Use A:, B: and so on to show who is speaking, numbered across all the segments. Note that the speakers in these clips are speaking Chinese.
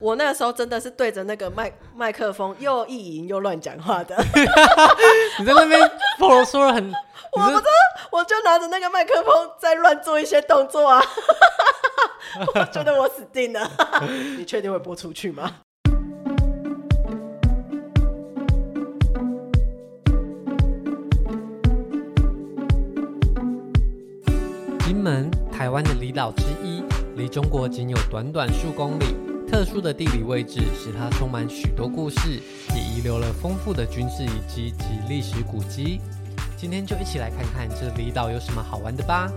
A: 我那个时候真的是对着那个麦麦克风又意淫又乱讲话的，
B: 你在那边说说了很，你
A: 我不
B: 这
A: 知道，我就拿着那个麦克风在乱做一些动作啊， 我觉得我死定了。你确定会播出去吗？
B: 金门，台湾的离岛之一，离中国仅有短短数公里。特殊的地理位置使它充满许多故事，也遗留了丰富的军事遗迹及历史古迹。今天就一起来看看这离岛有什么好玩的吧。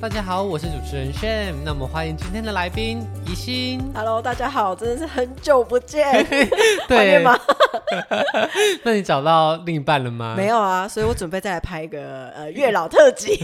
B: 大家好，我是主持人 Sham，那么欢迎今天的来宾宜心。
A: Hello，大家好，真的是很久不见，怀
B: 对
A: 念 吗？
B: 那你找到另一半了吗？
A: 没有啊，所以我准备再来拍一个呃月老特辑。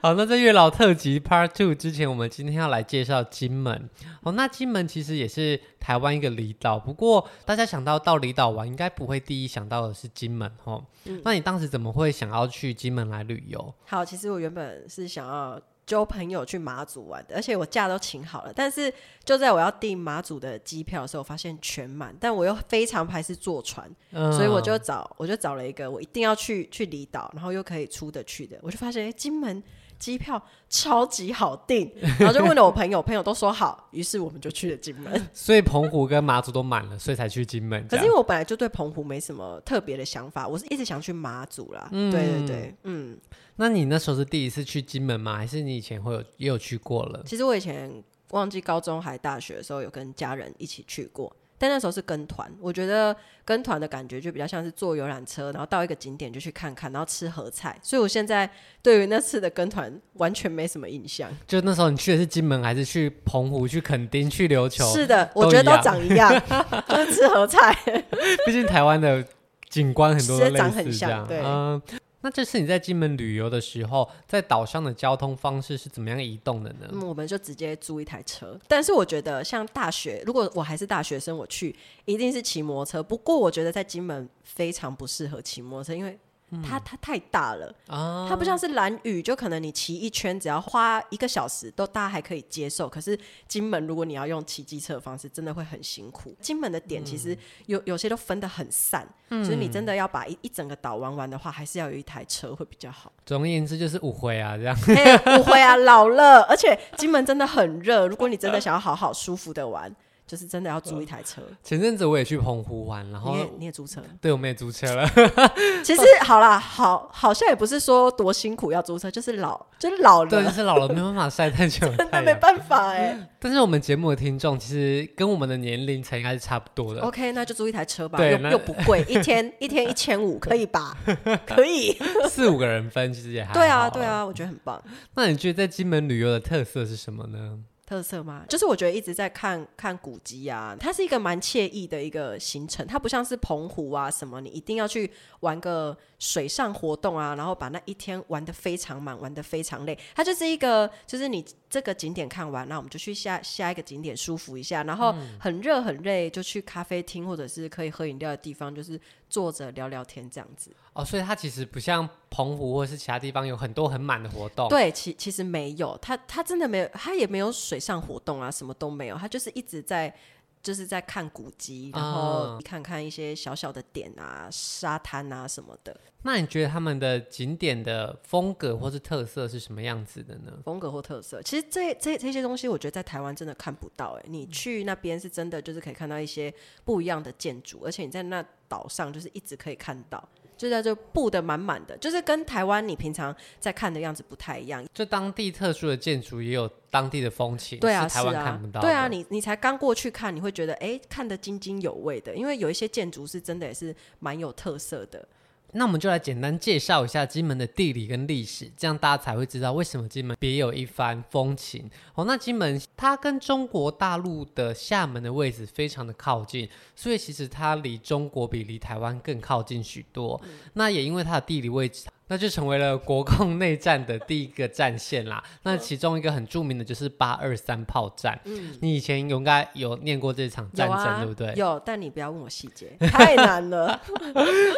B: 好，那在月老特辑 Part Two 之前，我们今天要来介绍金门。哦，那金门其实也是台湾一个离岛，不过大家想到到离岛玩，应该不会第一想到的是金门哦。
A: 嗯
B: 那你当时怎么会想要去金门来旅游？
A: 好，其实我原本是想要揪朋友去马祖玩的，而且我假都请好了，但是就在我要订马祖的机票的时候，我发现全满，但我又非常排斥坐船，
B: 嗯
A: 所以我就找我就找了一个我一定要去去离岛，然后又可以出得去的，我就发现、诶金门。机票超级好订，然后就问了我朋友，朋友都说好，于是我们就去了金 门。
B: 所以澎湖跟马祖都满了，所以才去金门。
A: 嗯可
B: 这
A: 是
B: 样
A: 因为我本来就对澎湖没什么特别的想法，我是一直想去马祖啦。对对对，嗯，
B: 那你那时候是第一次去金门吗？还是你以前会有也有去过了？
A: 其实我以前忘记高中还大学的时候有跟家人一起去过，但那时候是跟团。我觉得跟团的感觉就比较像是坐游览车，然后到一个景点就去看看，然后吃合菜。所以我现在对于那次的跟团完全没什么印象。
B: 就那时候你去的是金门，还是去澎湖、去垦丁、去琉球？
A: 是的，我觉得
B: 一
A: 都
B: 样
A: 长一 样，就是吃合菜。
B: 毕竟台湾的景观很多都
A: 其实长
B: 类
A: 很
B: 似这
A: 像
B: 样。
A: 对
B: 嗯，那这次你在金门旅游的时候，在岛上的交通方式是怎么样移动的呢？
A: 嗯，我们就直接租一台车。但是我觉得，像大学，如果我还是大学生，我去一定是骑摩托车。不过我觉得在金门非常不适合骑摩托车，因为它、它太大了，
B: 啊，
A: 它不像是蓝雨，就可能你骑一圈只要花一个小时，都大家还可以接受。可是金门如果你要用骑机车的方式，真的会很辛苦。金门的点其实有、有些都分得很散，所以你真的要把一一整个岛玩完的话，还是要有一台车会比较好。
B: 总而言之就是五回啊，这样。
A: 哎、不会啊，老了，而且金门真的很热。如果你真的想要好好舒服的玩， 就是真的要租一台车。
B: 前阵子我也去澎湖玩，然
A: 你
B: 后
A: 也你也租车？
B: 对我们也租车了，
A: 啊 其实好啦，好好像也不是说多辛苦要租车，就是老就是老
B: 对，就
A: 了，
B: 是老了没办法晒太久 的
A: 那
B: 太
A: 没
B: 阳。
A: 办法哎、
B: 但是我们节目的听众其实跟我们的年龄层应该是差不 多的。
A: OK，那就租一台车吧，
B: 对
A: 又
B: 那
A: 又不贵，一天一天一千五，可以 吧？可以。
B: 四五个人分其实也还好。
A: 对啊，对。啊，我觉得很棒。
B: 那你觉得在金门旅游的特色是什么呢？
A: 特色吗？就是我觉得一直在看看古迹啊，它是一个蛮惬意的一个行程，它不像是澎湖啊什么，你一定要去玩个水上活动啊，然后把那一天玩的非常满，玩的非常累。它就是一个，就是你这个景点看完，那我们就去下下一个景点舒服一下，然后很热很累就去咖啡厅或者是可以喝饮料的地方，就是坐着聊聊天这样子。
B: 哦，所以它其实不像澎湖或是其他地方有很多很满的活动。
A: 对，其其实没有，他他真的没有，他也没有水上活动啊，什么都没有，他就是一直在就是在看古迹，然后
B: 啊
A: 看看一些小小的点啊、沙滩啊什么的
B: 那你觉得他们的景点的风格或是特色是什么样子的呢？
A: 风格或特色。其实这这这些东西，我觉得在台湾真的看不到、欸。哎，你去那边是真的就是可以看到一些不一样的建筑，而且你在那岛上就是一直可以看到。就在这布的满满的，就是跟台湾你平常在看的样子不太一样，
B: 就当地特殊的建筑也有当地的风情，
A: 对啊，
B: 是台湾看不到的
A: 对啊，你你才刚过去看，你会觉得哎、诶看得津津有味的，因为有一些建筑是真的也是蛮有特色的。
B: 那我们就来简单介绍一下金门的地理跟历史，这样大家才会知道为什么金门别有一番风情。哦，那金门它跟中国大陆的厦门的位置非常的靠近，所以其实它离中国比离台湾更靠近许多。
A: 嗯
B: 那也因为它的地理位置。那就成为了国共内战的第一个战线啦。
A: 嗯
B: 那其中一个很著名的就是八二三炮战。你以前应该有念过这场
A: 嗯
B: 战
A: 有
B: 争，
A: 啊，
B: 对不对？
A: 有，但你不要问我细 节，太难了。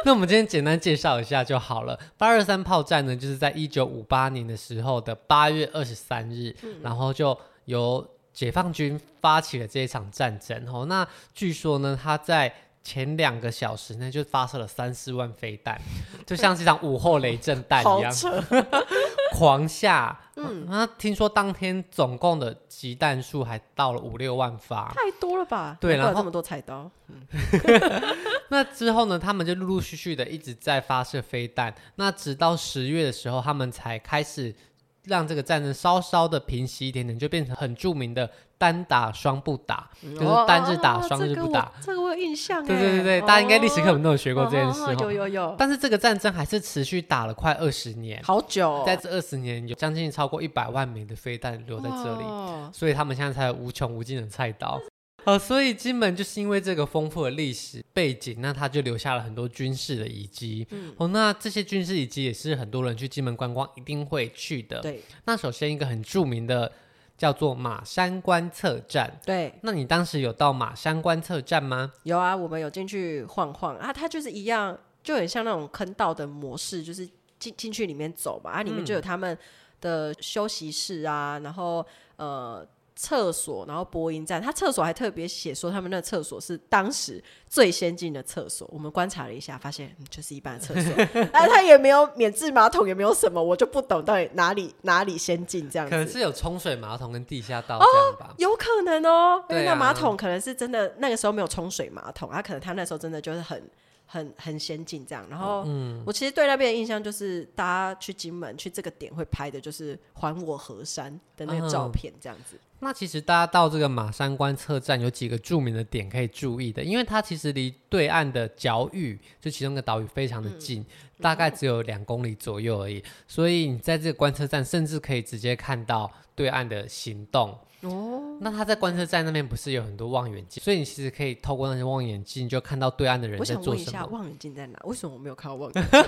B: 那我们今天简单介绍一下就好了。八二三炮战呢，就是在一九五八年的时候的八月二十三日，然后就由解放军发起了这一场战争。哦，那据说呢，他在前两个小时内就发射了三四万飞弹，就像是一场午后雷震弹一
A: 好
B: 样。
A: 扯，
B: 狂下。嗯，那听说当天总共的集弹数还到了五六万发。
A: 太多了吧？
B: 对
A: 难怪
B: 然后
A: 有这么多菜刀，
B: 那之后呢，他们就陆陆续续的一直在发射飞弹。那直到十月的时候，他们才开始让这个战争稍稍的平息一点点，就变成很著名的单打双不打，就是单日打、
A: 哦
B: 双日不打。，
A: 这个我这个我有印象哎。
B: 对对对对，大家应该历史课
A: 哦
B: 本都有学过这件事
A: 哦哦哦有
B: 哦。
A: 有有，
B: 但是这个战争还是持续打了快二十年，
A: 好久哦
B: 在这二十年有将近超过一百万枚的飞弹留在这里。
A: 哇
B: 所以他们现在才有无穷无尽的菜刀。呃，所以金门就是因为这个丰富的历史背景，那它就留下了很多军事的遗迹。
A: 嗯
B: 哦，那这些军事遗迹也是很多人去金门观光一定会去的。
A: 对
B: 那首先一个很著名的叫做马山观测站。
A: 对，
B: 那你当时有到马山观测站吗？
A: 有啊，我们有进去晃晃啊，它就是一样，就很像那种坑道的模式，就是进进去里面走嘛，啊，
B: 嗯
A: 里面就有他们的休息室啊，然后呃。厕所，然后播音站，它厕所还特别写说他们那厕所是当时最先进的厕所。我们观察了一下，发现、嗯、就是一般的厕所， 啊，它也没有免治马桶，也没有什么，我就不懂到底哪里哪里先进这样
B: 可
A: 子。哦
B: 能是有冲水马桶跟地下道这样吧。
A: 有可能哦，因为
B: 对
A: 那
B: 啊
A: 马桶可能是真的，那个时候没有冲水马桶，他、可能他那时候真的就是很很很先进这样。然后，
B: 嗯
A: 我其实对那边的印象就是，大家去金门去这个点会拍的就是“还我河山”的那个照片这样子。
B: 那其实大家到这个马山观测站有几个著名的点可以注意的，因为它其实离对岸的角屿，就其中一个岛屿非常的
A: 嗯
B: 近，大概只有两公里左右而已。所以你在这个观测站，甚至可以直接看到对岸的行动。哦，那它在观测站那边不是有很多望远镜，所以你其实可以透过那些望远镜就看到对岸的嗯人
A: 我
B: 在
A: 想
B: 做
A: 问一
B: 什
A: 下，
B: 么。
A: 望远镜在哪？为什么我没有看到望远镜？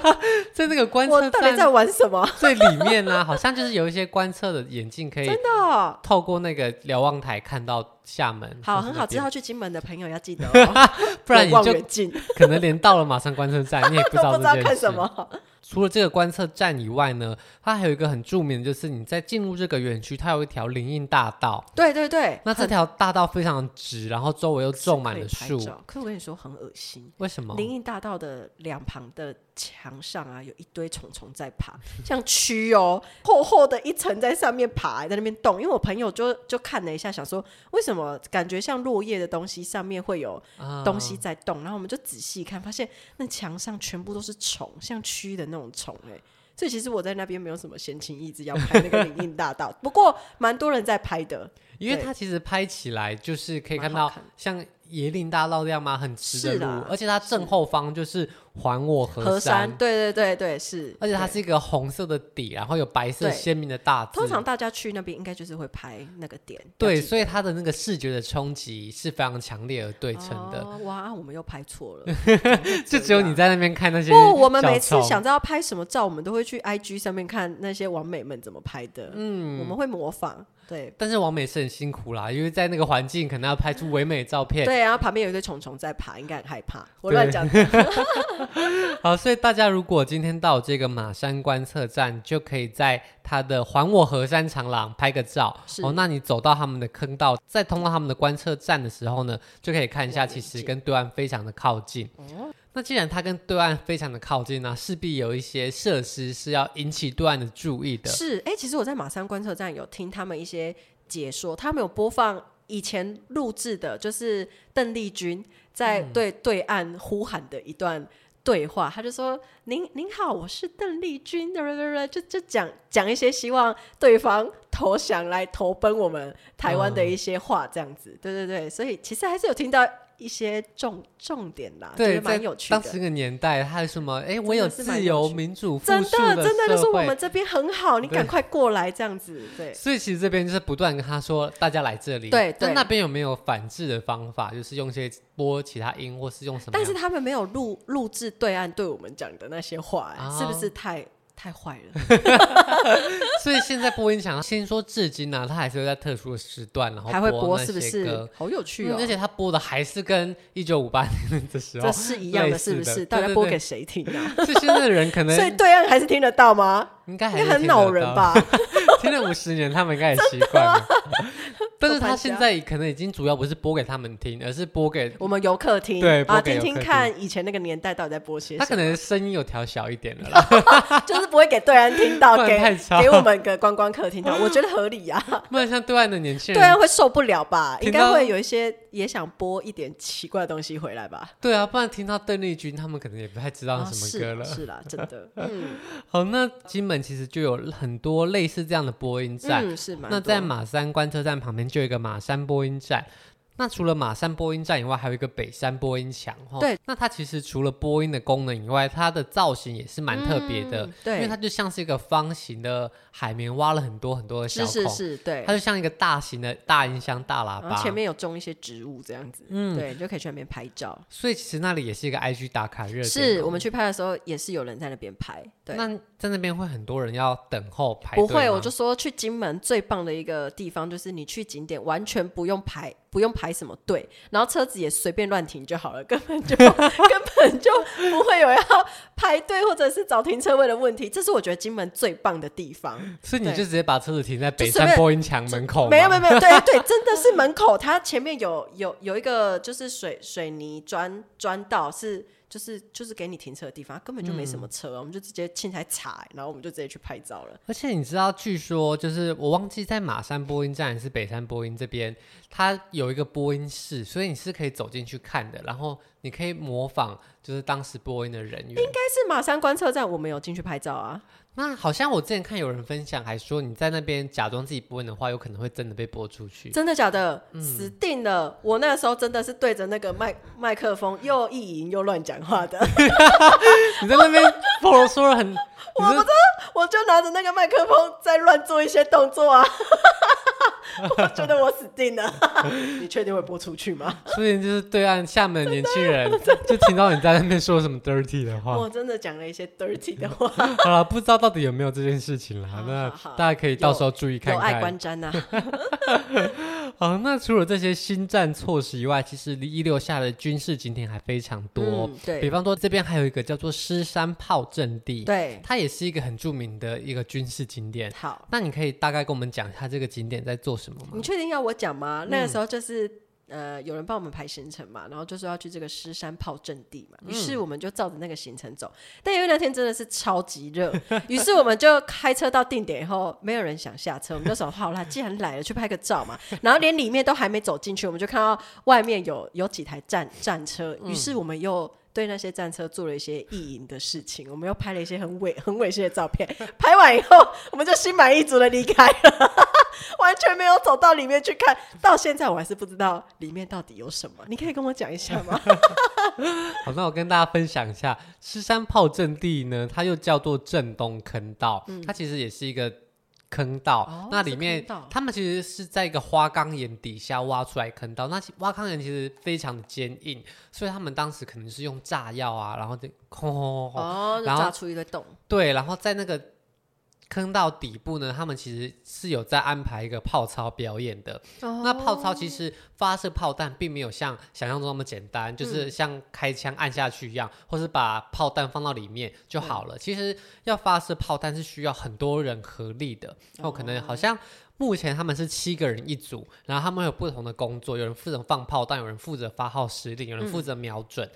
B: 在那个 观
A: 我
B: 测
A: 到底
B: 站
A: 在玩什么？
B: 最里面呢、好像就是有一些观测的眼镜可以
A: 真的哦、
B: 透过那个瞭望台看到厦门。
A: 好，
B: 或是
A: 很
B: 那
A: 好，
B: 边
A: 之后去金门的朋友要记得、哦，
B: 不然你
A: 有望
B: 就
A: 远镜
B: 可能连到了马上观测站，你也不知
A: 都
B: 道
A: 不
B: 这
A: 知道
B: 件事。
A: 看什么。
B: 除了这个观测站以外呢，它还有一个很著名的，就是你在进入这个园区，它有一条林荫大道。
A: 对对对，
B: 那这条大道非常直，然后周围又种满了
A: 是可以
B: 树
A: 拍。照。可是我跟你说，很恶心。
B: 为什么？
A: 林荫大道的两旁的墙上啊，有一堆虫虫在爬，像蛆哦，厚厚的一层在上面爬，在那边动。因为我朋友就就看了一下，想说为什么感觉像落叶的东西上面会有
B: 啊
A: 东西在动，然后我们就仔细看，发现那墙上全部都是虫，像蛆的那种虫哎、所以其实我在那边没有什么闲情逸致要拍那个林荫大道，不过蛮多人在拍 的，
B: 因为
A: 对
B: 它其实拍起来就是可以看
A: 蛮好
B: 到
A: 看
B: 像椰林大道这样吗？很直的
A: 是
B: 路
A: 啦，
B: 而且它正后方就是还我河
A: 河山，对对对对是，
B: 而且它
A: 对
B: 是一个红色的底，然后有白色
A: 对
B: 鲜明的大字。
A: 通常大家去那边应该就是会拍那个点，
B: 对，
A: 要记
B: 所以它的那个视觉的冲击是非常强烈而对称的。，
A: 哦、哇，我们又拍错了
B: 就只有你。在那边看那些
A: 不，我们
B: 小
A: 每次
B: 虫
A: 想着要拍什么照，我们都会去 IG 上面看那些网美们怎么拍的，嗯，我们会模仿，对
B: 但是王美是很辛苦啦，因为在那个环境可能要拍出唯美的照片。
A: 对，然后旁边有一堆虫虫在爬，应该很害怕，我
B: 对
A: 乱讲的，
B: 好，所以大家如果今天到这个马山观测站，就可以在它的还我河山长廊拍个照。
A: 是
B: 哦，那你走到他们的坑道，再通到他们的观测站的时候呢，就可以看一下，
A: 望远
B: 其实
A: 镜
B: 跟对岸非常的靠近。
A: 哦
B: 那既然它跟对岸非常的靠近呢、势必有一些设施是要引起对岸的注意的。
A: 是，哎、其实我在马山观测站有听他们一些解说，他们有播放以前录制的，就是邓丽君在
B: 嗯
A: 对对岸呼喊的一段。对话，他就说：“您您好，我是邓丽君，就就讲讲一些希望对方投降来投奔我们台湾
B: 嗯
A: 的一些话，这样子。对对对，所以其实还是有听到一些重重点啦，觉
B: 对，
A: 得
B: 在
A: 啊蛮有趣
B: 当
A: 的。
B: 时那个年代，还有什么？哎，
A: 真
B: 我
A: 的
B: 有
A: 是
B: 自
A: 蛮有
B: 由、
A: 趣
B: 民主、富
A: 真
B: 庶
A: 的真的
B: 社
A: 就是
B: 会。
A: 我们这边很好，你
B: 对
A: 赶快过来这样子。对，
B: 所以其实这边就是不断跟他说，大家来这里。
A: 对
B: 但
A: 对
B: 那边有没有反制的方法？就是用一些播其他音，或是用什么
A: 但
B: 样？
A: 是他们没有录录制对岸对我们讲的那些话、哎
B: 啊
A: 是不是太太坏 了？
B: 所以现在播音墙，先说至今呢、啊，它还是会在特殊的时段，然后
A: 还会
B: 播
A: 播
B: 那
A: 是不
B: 些
A: 是
B: 歌？
A: 好有趣哦
B: 嗯！而且他播的还是跟一九五八年 的时候
A: 这，是一样
B: 哦类
A: 的，
B: 似
A: 是不
B: 的
A: 是？
B: 对
A: 到底
B: 对
A: 要播
B: 对
A: 给谁听啊？
B: 所以现在的人 可
A: 所以
B: 能
A: 对岸还是听得到吗？
B: 应该
A: 应
B: 还
A: 该
B: 是
A: 很
B: 听得
A: 恼人
B: 到？
A: 吧？
B: 听了五十年，他们应该也习惯了。 但是他
A: 搬家
B: 现在可能已经主要不是播给他们听，而是播给
A: 我们游客厅
B: 对播
A: 啊，
B: 给
A: 听听
B: 游客
A: 看以前那个年代到底在播些
B: 他可
A: 什么，
B: 能声音有调小一点了啦，
A: 就是不会给对岸听到
B: 不，然
A: 给
B: 太吵
A: 给我们个观光客听 到，我觉得合理呀、啊，
B: 不然像对岸的年轻
A: 对啊
B: 人，
A: 岸会受不了吧？应
B: 听到
A: 该会有一些也想播一点奇怪的东西回来吧？
B: 对啊，不然听到邓丽君他们可能也不太知道
A: 啊，
B: 什么歌了。
A: 是啦，是啦，真 的，嗯
B: 好，那金门其实就有很多类似这样的播音站，
A: 嗯，是蛮
B: 那
A: 多
B: 在马山观测站旁边就有一个马山播音站。那除了马山播音站以外，还有一个北山播音墙。吼
A: 对，
B: 那它其实除了播音的功能以外，它的造型也是蛮特别的，
A: 嗯
B: 因为它
A: 对，
B: 就像是一个方形的海绵，挖了很多很多的小
A: 是
B: 孔，
A: 是是，对
B: 它。就像一个大型的大音箱、大喇
A: 然
B: 叭。
A: 后前面有种一些植物这样子，
B: 嗯
A: 对，你就可以去那边拍照。
B: 所以其实那里也是一个 IG 打卡热点。
A: 是我们去拍的时候，也是有人在那边拍，对。
B: 那在那边会很多人要等候排队
A: 不
B: 吗。
A: 会，我就说去金门最棒的一个地方就是你去景点完全不用排，不用排什么队，然后车子也随便乱停就好了，根本就 根本就不会有要排队或者是找停车位的问题。这是我觉得金门最棒的地方。
B: 所以你
A: 对
B: 就直接把车子停在北
A: 就随
B: 山
A: 便
B: 播音墙门口吗。
A: 没有没有没有，对对，真的是门口，它前面有 有有一个就是水水泥砖砖道是。就是就是给你停车的地方，根本就没什么车，我们就直接进来踩，然后我们就直接去拍照了。
B: 而且你知道，据说就是我忘记在马山播音站还是北山播音这边，它有一个播音室，所以你是可以走进去看的。然后你可以模仿就是当时播音的人员。
A: 但是马山观测站我们有进去拍照 啊，
B: 那好像我之前看有人分享，还说你在那边假装自己播音的话，有可能会真的被播出去。
A: 真的假的？死定了！我那时候真的是对着那个麦麦克风又意淫又乱讲话的，
B: 你在那边佛说了很，你
A: 我
B: 是
A: 我就拿着那个麦克风在乱做一些动作啊。 我觉得我死定了， 你确定会播出去吗？
B: 所以就是对岸厦门的年轻人就听到你在那边说什么 dirty 的话。
A: 我真的讲了一些 dirty 的 话，
B: 好了，不知道到底有没有这件事情啦。
A: 好
B: 那
A: 好好
B: 大家可以到时候注意看
A: 有爱
B: 看。
A: 观瞻呐、啊
B: 好，那除了这些新战措施以外，其实一六下的军事景点还非常多。
A: 嗯
B: 比
A: 对
B: 方说，这边还有一个叫做狮山炮阵地，
A: 对，
B: 它也是一个很著名的一个军事景点。
A: 好，
B: 那你可以大概跟我们讲一下这个景点在做什么吗
A: 你？确定要我讲吗？那个时候就是。呃，有人帮我们排行程嘛，然后就说要去这个狮山炮阵地嘛，于是我们就照着那个行程走。但因为那天真的是超级热，于是我们就开车到定点以后，没有人想下车，我们就说好啦，既然来了，去拍个照嘛。然后连里面都还没走进去，我们就看到外面有有几台战战车，于是我们又。对那些战车做了一些意淫的事情，我们又拍了一些很猥很猥亵的照片。拍完以后，我们就心满意足的离开了。 完全没有走到里面去看，到现在我还是不知道里面到底有什么。你可以跟我讲一下 吗？
B: 好，那我跟大家分享一下狮山炮阵地呢，它又叫做镇东坑道，它其实也是一个坑道。
A: 嗯哦
B: 那
A: 是
B: 里面
A: 坑道
B: 他们其实是在一个花岗岩底下挖出来坑道，那其挖岗岩其实非常的坚硬，所以他们当时可能是用炸药啊，然后就轰轰轰轰，
A: 哦
B: 然后
A: 炸出一堆洞，
B: 对，然后在那个坑道底部呢，他们其实是有在安排一个炮操表演的。
A: 哦
B: 那炮操其实发射炮弹并没有像想象中那么简单，就是像开枪按下去一样，或是把炮弹放到里面就好了。其实要发射炮弹是需要很多人合力的，然后可能好
A: 哦
B: 像。目前他们是七个人一组，然后他们有不同的工作，有人负责放炮弹，有人负责发号施令，有人负责瞄准、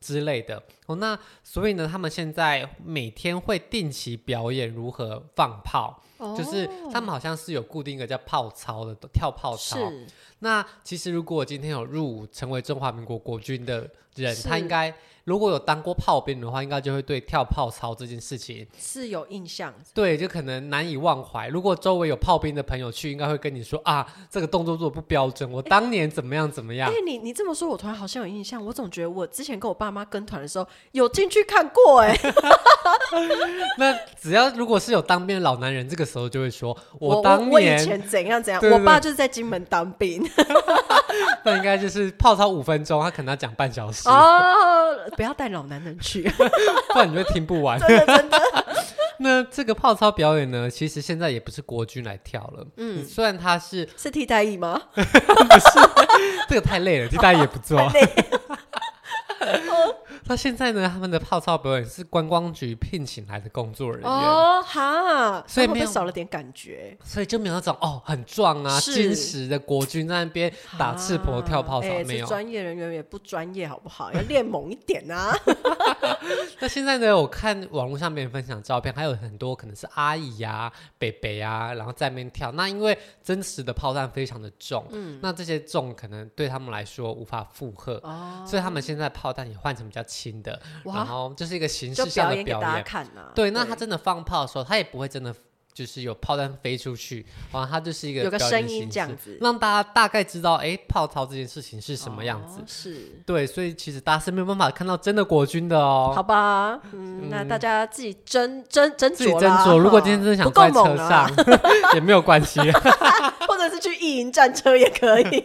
B: 之类的。哦，那所以呢，他们现在每天会定期表演如何放炮，就是
A: 哦
B: 他们好像是有固定一个叫炮操的跳炮操。
A: 是
B: 那其实如果今天有入伍成为中华民国国军的人，
A: 是
B: 他应该如果有当过炮兵的话，应该就会对跳炮操这件事情，
A: 是有印象，
B: 对，就可能难以忘怀。如果周围有炮兵的朋友去，应该会跟你说啊，这个动作做的不标准， 我当年怎么样怎么样
A: 哎、。你你这么说，我突然好像有印象。我总觉得我之前跟我爸妈跟团的时候有进去看过、 哎，
B: 那只要如果是有当兵的老男人，这个时候就会说，
A: 我
B: 当
A: 我以
B: 年
A: 前怎样怎样，
B: 对对对
A: 我爸就是在金门当兵
B: 那应该就是泡操五分钟，他可能要讲半小时，
A: 哦，不要带老男人 去，
B: 不然你会听不 完。
A: 真的真的，
B: 那这个泡操表演呢，其实现在也不是国军来跳了，嗯，虽然他是
A: 是替代役吗？
B: 啊不是这个太累了，替代也不做
A: 太，累
B: 那现在呢，他们的泡操表演是观光局聘请来的工作人员，
A: 哦哈，
B: 所以
A: 会不
B: 没
A: 会
B: 有
A: 少了点感觉？
B: 所以就没有那种哦很壮啊、
A: 是
B: 坚实的国军在那边打赤膊跳泡操、
A: 啊哎
B: 没有
A: 这。专业人员也不专业，好不好？要练猛一点啊！
B: 那现在呢，我看网络上别人分享照片，还有很多可能是阿姨呀、北北啊，然后在那边跳。那因为真实的炮弹非常的重，
A: 嗯
B: 那这些重可能对他们来说无法负荷，所以他们现在炮弹也换成比较轻的，然
A: 哦哇，
B: 后就是一个形
A: 就
B: 式
A: 表
B: 上的
A: 演给
B: 表
A: 大家
B: 演。
A: 看呐、啊。
B: 对，那他真的放炮的时候，他也不会真的就是有炮弹飞出去，然后他就是一个
A: 有个
B: 表演
A: 声音
B: 形
A: 这样
B: 式
A: 子
B: 让大家大概知道，哎，炮操这件事情是什么样子。
A: 哦是。
B: 对，所以其实大家是没有办法看到真的国军的哦。
A: 好吧，嗯，那大家自己斟斟斟
B: 自己
A: 酌
B: 斟
A: 啦。
B: 酌。如果
A: 哈
B: 今天真的想
A: 不够
B: 坐在
A: 猛
B: 车
A: 啊
B: 上，， 也没有关系。
A: 或者是去意淫战车也可以。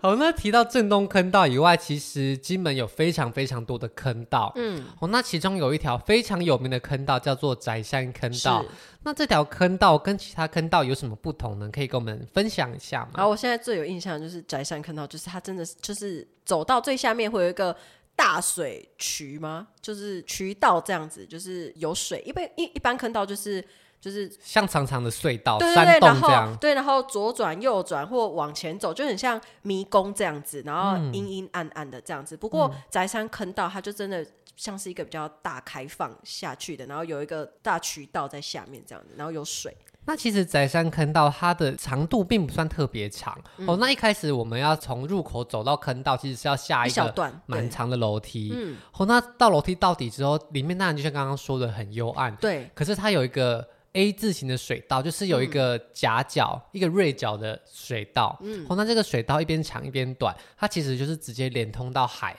B: 好，那提到正东坑道以外，其实金门有非常非常多的坑道。
A: 嗯，
B: 哦，那其中有一条非常有名的坑道叫做宅山坑道。那这条坑道跟其他坑道有什么不同呢？可以跟我们分享一下
A: 然
B: 吗？
A: 后我现在最有印象就是宅山看到，就是它真的是就是走到最下面会有一个大水渠吗？就是渠道这样子，就是有水。一般一一般坑道就是就是
B: 像长长的隧道、
A: 对对
B: 哦山
A: 对，
B: 洞
A: 然
B: 这样
A: 后。对，然后左转右转或往前走，就很像迷宫这样子，然后
B: 嗯
A: 阴阴暗暗的这样子。不过宅山坑道它就真的像是一个比较大开放下去的，然后有一个大渠道在下面这样子，然后有水。
B: 那其实宅山坑道它的长度并不算特别长、
A: 嗯
B: 哦。那一开始我们要从入口走到坑道，其实是要下
A: 一
B: 一
A: 小
B: 个
A: 段，
B: 蛮
A: 对
B: 长的楼梯。
A: 嗯，
B: 哦，那到楼梯到底之后，里面当然就像刚刚说的很幽暗，
A: 对，
B: 可是它有一个 A 字形的水道，就是有一个夹角、一个锐角的水道。嗯，哦，那这个水道一边长一边短，它其实就是直接连通到海，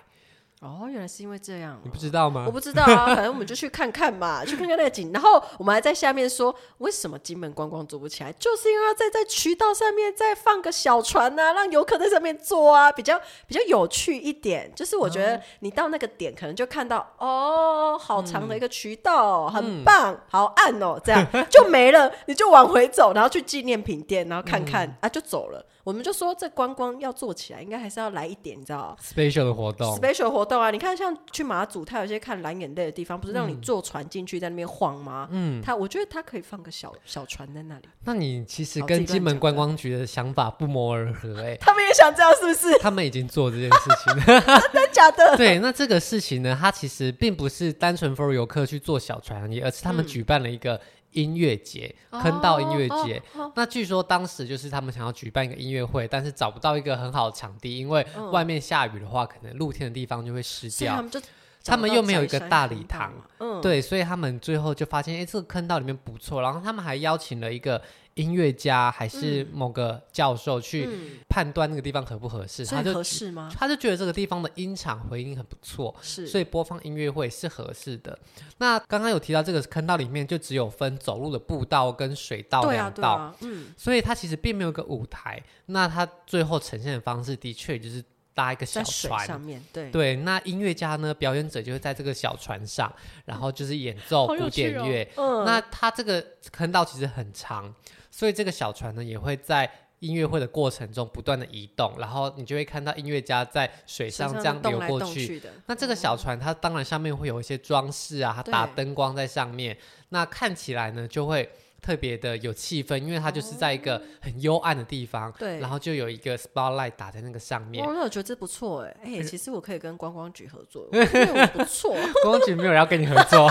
A: 哦，原来是因为这样、
B: 你不
A: 哦。
B: 知道吗
A: 我？不知道啊，反正我们就去看看嘛，去看看那个景。然后我们还在下面说，为什么金门观光做不起来，就是因为要在在渠道上面再放个小船啊，让游客在上面坐啊，比较比较有趣一点。就是我觉得你到那个点，可能就看到哦，好长的一个渠道，很棒，好暗哦，这样就没了，你就往回走，然后去纪念品店，然后看看、啊，就走了。我们就说这观光要做起来，应该还是要来一点，你知道。
B: special 的活动，
A: special 活动啊！你看，像去马祖，它有些看蓝眼泪的地方，不是让你坐船进去在那边晃吗？嗯，它我觉得它可以放个小小船在那里，
B: 那你其实
A: 哦自
B: 跟
A: 己乱
B: 金门
A: 讲
B: 观
A: 的
B: 光局的想法不谋而合哎、
A: 他们也想这样，是不 是？
B: 他们已经做这件事情了。
A: 真的假的？
B: 对，那这个事情呢，它其实并不是单纯 for 游客去坐小船而已，而是他
A: 嗯
B: 们举办了一个音乐节，
A: 哦
B: 坑道音乐节。那据说当时就是他们想要举办一个音乐会，但是找不到一个很好的场地，因为
A: 嗯
B: 外面下雨的话，可能露天的地方就会湿
A: 所以他
B: 掉。
A: 们就
B: 他们又没有一个大礼
A: 找到宅山
B: 堂
A: 坑道嘛，嗯，
B: 对，所以他们最后就发现，哎、这个坑道里面不错。然后他们还邀请了一个音乐家，还是某个教授去
A: 嗯，
B: 判断那个地方合不合适。
A: 所
B: 他
A: 以
B: 就
A: 合适吗？
B: 他就觉得这个地方的音场回音很不错，
A: 是，
B: 所以播放音乐会是合适的。那刚刚有提到这个坑道里面就只有分走路的步道跟水道
A: 对啊，
B: 两
A: 对
B: 道，
A: 啊，嗯，
B: 所以它其实并没有一个舞台。那它最后呈现的方式的确就是搭一个小
A: 在水上
B: 船。
A: 面对。
B: 对，那音乐家呢，表演者就会在这个小船上，然后就是演奏
A: 嗯好有
B: 古典
A: 趣哦
B: 乐。
A: 嗯，
B: 那它这个坑道其实很长，所以这个小船呢也会在音乐会的过程中不断的移动，然后你就会看到音乐家在
A: 水
B: 水上这
A: 上
B: 样
A: 动
B: 流
A: 来
B: 过
A: 动
B: 去，
A: 去的，
B: 那这个小船，它当然上面会有一些装饰啊，它
A: 对
B: 打灯光在上面，那看起来呢就会特别的有气氛，因为它就是在一个很幽暗的地方，
A: 对
B: 然后就有一个 spotlight 打在那个上面嗯
A: 哦，。那我觉得这不错哎，哎，其实我可以跟观光局合 作，我觉得我不错，
B: 公安局没有人要跟你合 作，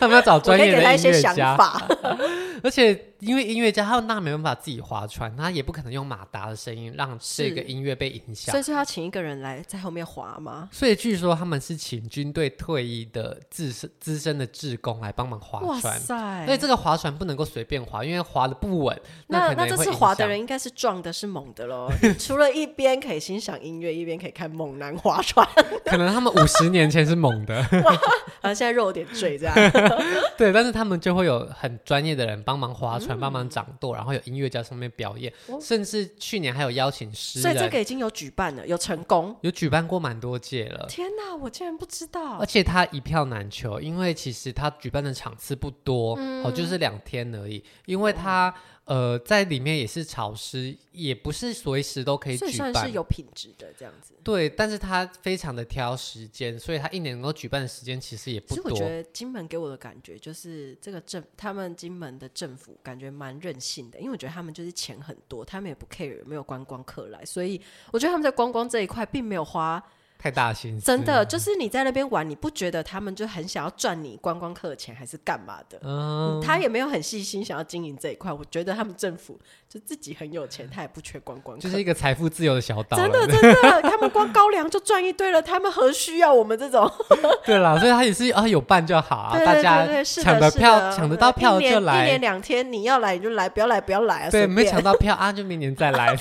B: 他们要找
A: 我可
B: 专
A: 以
B: 业
A: 给
B: 的
A: 他一
B: 音
A: 些
B: 乐
A: 想
B: 家，
A: 法。
B: 而且因为音乐家他们当然没办法自己划船，他也不可能用马达的声音让这个
A: 是
B: 音乐被影响
A: 所以。说要请一个人来在后面滑吗？
B: 所以据说他们是请军队退役的自身资深的志工来帮忙划
A: 哇
B: 船，
A: 塞！
B: 所以这个划船不能够随便划，因为划的不稳，
A: 那
B: 可能
A: 这
B: 会
A: 次
B: 影
A: 滑的
B: 响
A: 人应该是壮的，是猛的喽。 除了一边可以欣赏音乐，一边可以看猛男划船，
B: 可能他们五十年前是猛的，
A: 然啊后现在肉有点坠这样。
B: 对，但是他们就会有很专业的人帮忙划船、帮忙掌舵，然后有音乐家上面表演，
A: 哦
B: 甚至去年还有邀请诗
A: 所以这
B: 人，
A: 个已经有举办了，有成功。
B: 有举办过蛮多届了。
A: 天哪，我竟然不知道嗯
B: 而！且他一票难求，因为其实他举办的场次不多，哦，就是两天而而已，因为它呃在里面也是潮湿，也不是随时都可以
A: 所以
B: 举
A: 算
B: 办
A: 是。有品质的这样子。
B: 对，但是它非常的挑时间，所以它一年能够举办的时间其实也
A: 其
B: 不
A: 实我
B: 多
A: 觉。得金门给我的感觉就是这个政，他们金门的政府感觉蛮任性的，因为我觉得他们就是钱很多，他们也不 care 有没有观光客来，所以我觉得他们在观光这一块并没有花
B: 太大心思，
A: 真的，就是你在那边玩，你不觉得他们就很想要赚你观光客的钱，还是干嘛的？嗯，他也没有很细心想要经营这一块。我觉得他们政府就自己很有钱，他也不缺观光客。
B: 就是一个财富自由的小岛。啊
A: 真的，真的，他们光高粱就赚一堆了，他们何需要我们这种？
B: 对啦，所以它也是啊，有办就 好啊，
A: 对
B: 大
A: 对对
B: 家
A: 对，是的
B: 抢得
A: 是
B: 票
A: 的
B: 抢得到
A: 对
B: 票
A: 一年
B: 就
A: 一
B: 来
A: 年，两天你要来你就来，不要来不要来啊！
B: 对，
A: 随
B: 没
A: 便
B: 抢到票啊，就明年 再来。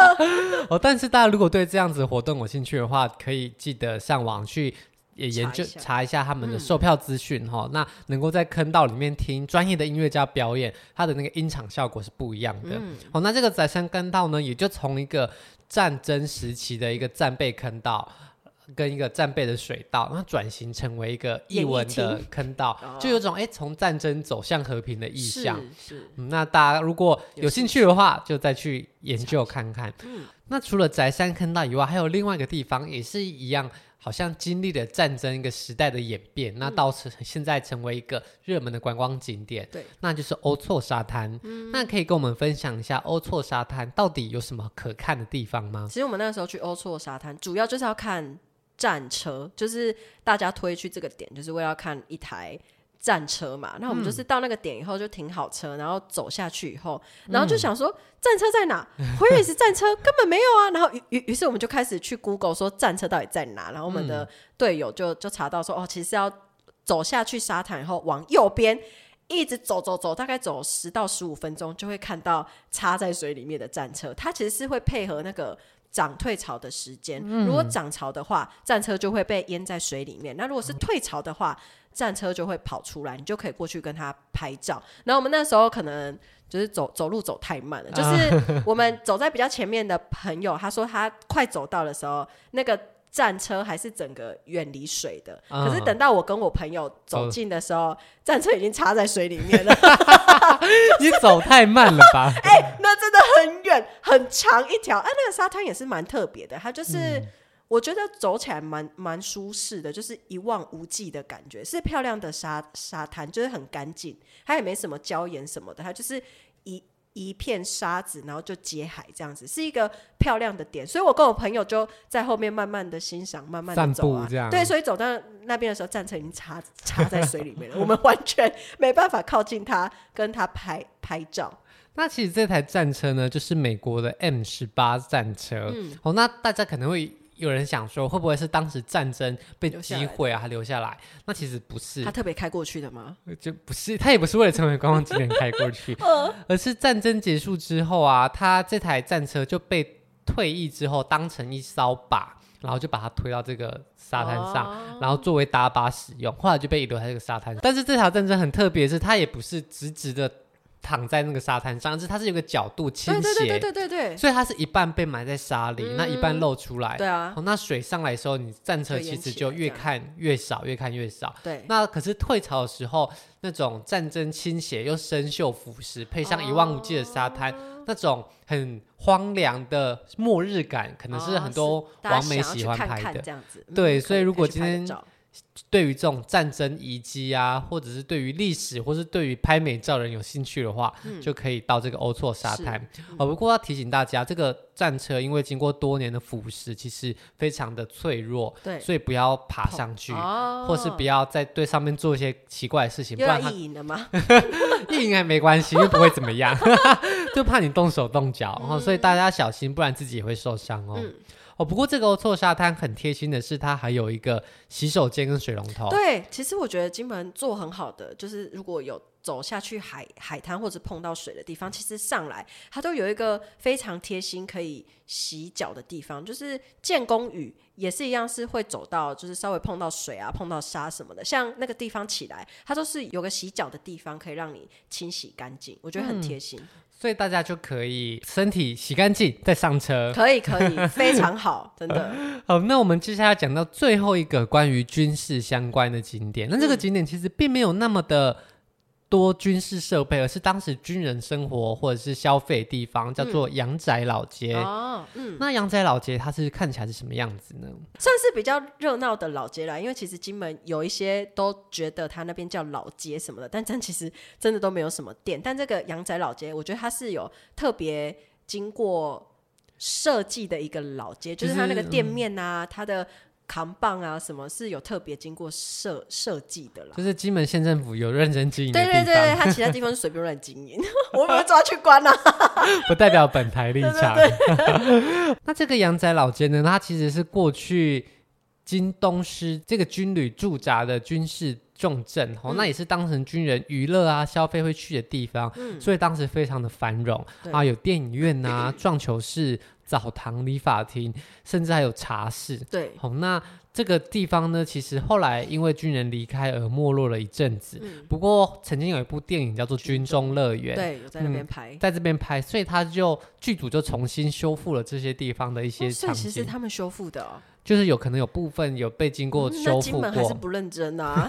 B: 哦，但是大家如果对这样子的活动有兴趣的话，可以记得上网去。也研
A: 查
B: 究
A: 一下嗯
B: 查一下他们的售票资讯哈，那能够在坑道里面听专业的音乐家表演，它的那个音场效果是不一样的。
A: 嗯
B: 好、那这个宰山坑道呢，也就从一个战争时期的一个战备坑道，跟一个战备的水道，然后转型成为一个艺
A: 演艺
B: 文的
A: 厅
B: 坑道，就有种哎从战争走向和平的意向。
A: 是是
B: 嗯，那大家如果
A: 有
B: 有
A: 兴
B: 兴趣的话，就再去研究看看。
A: 嗯
B: 那除了宅山坑道以外，还有另外一个地方也是一样，好像经历了战争一个时代的演
A: 嗯
B: 变，那到成现在成为一个热门的观光景点。
A: 对，嗯
B: 那就是欧错沙滩。那可以跟我们分享一下欧错沙滩到底有什么可看的地方吗？
A: 其实我们那个时候去欧措沙滩，主要就是要看战车，就是大家推去这个点，就是为了要看一台战车嘛。那我们就是到那个点以后就停好车，然后走下去以后，然后就想说、战车在哪？回瑞斯战车根本没有啊。然后于于于是我们就开始去 Google 说战车到底在哪。然后我们的队友就就查到说哦，其实要走下去沙滩以后往右边。一直走走走，大概走十到十五分钟，就会看到插在水里面的战车。它其实是会配合那个涨退潮的时间。如果涨潮的话，战车就会被淹在水里面；那如果是退潮的话，战车就会跑出来，你就可以过去跟它拍照。然后我们那时候可能就是走走路走太慢了，就是我们走在比较前面的朋友，他说他快走到的时候，那个。战车还是整个远离水的，
B: 啊
A: 可是等到我跟我朋友走
B: 走
A: 近的时候，战车已经插在水里面了。
B: 你走太慢了吧？
A: 哎、那真的很远很长一条。哎、那个沙滩也是蛮特别的，它就是、
B: 嗯
A: 我觉得走起来蛮蛮舒适的，就是一望无际的感觉，是漂亮的沙沙滩，就是很干净，它也没什么礁岩什么的，它就是一。一片沙子，然后就接海，这样子是一个漂亮的点，所以我跟我朋友就在后面慢慢的欣赏，慢慢的
B: 散
A: 走啊
B: 步，这样
A: 对，所以走到那边的时候，战车已经插插在水里面了，我们完全没办法靠近它，跟它拍拍照。
B: 那其实这台战车呢，就是美国的 M 十八战车。
A: 嗯
B: 哦，那大家可能会有人想说，会不会是当时战争被
A: 留下来
B: 击
A: 的
B: 毁啊，它留下来？那其实不是
A: 他，特别开过去的吗？
B: 就不是，它也不是为了成为观光景点开过去， 而是战争结束之后啊，它这台战车就被退役之后当成一艘靶，然后就把它推到这个沙滩上。
A: 哦
B: 然后作为打靶使用，后来就被遗留在这个沙滩。但是这条战争很特别，是它也不是直直的躺在那个沙滩上，而是它是有个角度倾
A: 对
B: 斜，
A: 对对对对对对，
B: 所以它是一半被埋在沙里，那一半露出来。
A: 对啊，
B: 哦，那水上来的时候，你战车
A: 就
B: 其
A: 淹
B: 实
A: 起
B: 就
A: 来
B: 越
A: 这样
B: 看越少，越看越少。
A: 对，
B: 那可是退潮的时候，那种战争倾斜又生锈腐蚀，配上一望无际的沙滩，
A: 哦
B: 那种很荒凉的末日感，可能是
A: 哦
B: 很多
A: 大家
B: 网美
A: 想要
B: 喜
A: 去
B: 欢
A: 看
B: 拍的。
A: 看这样子。嗯
B: 对
A: 可
B: 所以如
A: 可
B: 果
A: 去
B: 今
A: 拍个
B: 天
A: 照
B: 对于这种战争遗迹啊，或者是对于历史，或是对于拍美照人有兴趣的话，
A: 嗯
B: 就可以到这个欧措沙滩。哦，不过要提醒大家，这个战车因为经过多年的腐蚀，其实非常的脆弱，
A: 对，
B: 所以不要爬上去。
A: 哦
B: 或是不要再对上面做一些奇怪的事情，不
A: 又
B: 然
A: 要
B: 它
A: 意淫了吗？
B: 硬还没关系，因为不会怎么 样， 就怕你动手动脚，然后、所以
A: 嗯
B: 大家小心，不然自己也会受伤哦。哦，不过这个欧措沙滩很贴心的是，它还有一个洗手间跟水龙头。
A: 对，其实我觉得金门做很好的，就是如果有走下去海海滩或者碰到水的地方，其实上来它都有一个非常贴心可以洗脚的地方，就是建工屿也是一样，是会走到就是稍微碰到水啊、碰到沙什么的，像那个地方起来，它都是有个洗脚的地方，可以让你清洗干净，我觉得很贴心，
B: 所以大家就可以身体洗干净再 上车。
A: 可以可以，非常好，真的，
B: 好，那我们接下来讲到最
A: 嗯
B: 后一个关于军事相关的景点。那这个景点其实并没有那么的多军事设备，而是当时军人生活或者是消费的地方，叫做阳宅老街。
A: 嗯哦，嗯，
B: 那阳宅老街它是看起来是什么样子呢？
A: 算是比较热闹的老街啦，因为其实金门有一些都觉得它那边叫老街什么的，但但其实真的都没有什么店。但这个阳仔老街，我觉得它是有特别经过设计的一个老
B: 嗯
A: 街，就是它那个
B: 就是
A: 店面啊，它的扛棒啊什么是有特别经过设设计的啦。
B: 就是金门县政府有认真经营的
A: 对
B: 地
A: 对
B: 方，
A: 对对，它其他地方是随便乱经营， 我把它抓去关了、 啊
B: 不代表本台立
A: 对对
B: 场。 那这个阳宅老街呢，它其实是过去金东师这个军旅驻扎的军事重镇，哦，
A: 嗯
B: 那也是当成军人娱乐啊、消费会去的地方，
A: 嗯
B: 所以当时非常的繁荣
A: 对
B: 啊，有电影院 啊、撞球室、澡堂、理发厅，甚至还有茶室。
A: 对，
B: 好、那这个地方呢，其实后来因为军人离开而没落了一阵子。
A: 嗯，
B: 不过曾经有一部电影叫做《军中乐园》，
A: 对，有在那边拍。
B: 在这边拍，所以他就剧组就重新修复了这些地方的一些
A: 哦所
B: 场
A: 以其实
B: 景，
A: 他们修复的、哦。
B: 就是有可能有部分有被经过
A: 嗯
B: 修
A: 那
B: 复
A: 金门还是
B: 过，
A: 不认真 啊。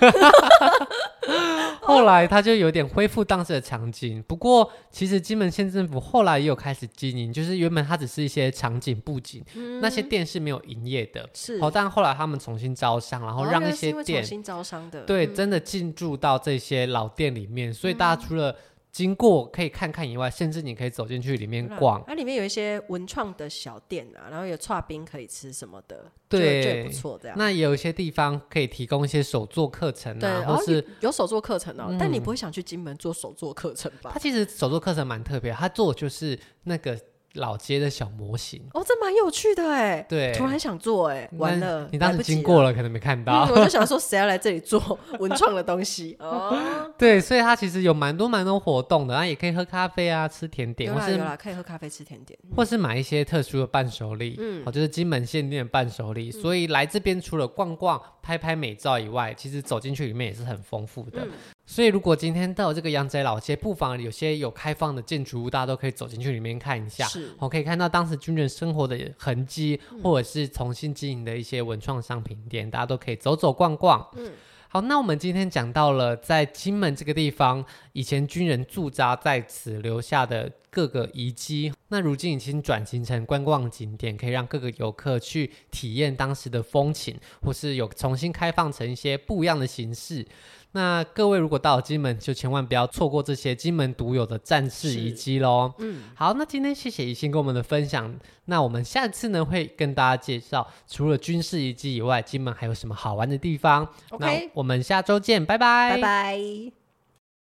B: 后来他就有点恢复当时的场景。不过其实金门县政府后来也有开始经营，就是原本它只是一些场景布景，
A: 嗯
B: 那些店是没有营业的。
A: 是
B: 好，但后来他们重新招商，然后
A: 哦
B: 让
A: 原来
B: 一
A: 是
B: 些
A: 因为
B: 店
A: 重新招商的，
B: 对，
A: 嗯
B: 真的进驻到这些老店里面，所以大家除了经过可以看看以外，甚至你可以走进去里面
A: 对啊
B: 逛。
A: 它里面有一些文创的小店啊，然后有串冰可以吃什么的，就
B: 对
A: 就也不错这样。
B: 那也有一些地方可以提供一些手作课程
A: 对，
B: 啊，
A: 然后
B: 或是
A: 有手作课程哦、
B: 嗯
A: 但你不会想去金门做手作课程吧
B: 它？其实手作课程蛮特别，它做的就是那个老街的小模型。
A: 哦，这蛮有趣的哎、
B: 对，
A: 突然想做哎、
B: 那
A: 完了，
B: 你当
A: 来
B: 时
A: 不及
B: 经
A: 了。
B: 过了可能没看
A: 嗯
B: 到，
A: 我就想说，谁要来这里做文创的东西？ 哦，
B: 对，所以它其实有蛮多蛮多活动的，然后也可以喝咖啡啊，吃甜点，
A: 有
B: 或
A: 啦有
B: 是
A: 啦，可以喝咖啡吃甜点。
B: 或是买一些特殊的伴手礼，
A: 嗯
B: 哦，就是金门限定的伴手礼。所以来这边除了逛逛、拍拍美照以外，其实走进去里面也是很丰富的。
A: 嗯
B: 所以如果今天到这个阳宅老街，不妨有些有开放的建筑物，大家都可以走进去里面看一下。
A: 是，
B: 哦我可以看到当时军人生活的痕迹，
A: 嗯
B: 或者是重新经营的一些文创商品店，大家都可以走走逛逛。
A: 嗯
B: 好，那我们今天讲到了在金门这个地方，以前军人驻扎在此留下的各个遗迹，那如今已经转型成观光景点，可以让各个游客去体验当时的风情，或是有重新开放成一些不一样的形式。那各位如果到了金门，就千万不要错过这些金门独有的战士
A: 是
B: 遗迹喽。
A: 嗯，
B: 好，那今天谢谢宜兴跟我们的分享。那我们下次呢会跟大家介绍，除了军事遗迹以外，金门还有什么好玩的地方。
A: OK
B: 那我们下周见，拜拜，
A: 拜。拜。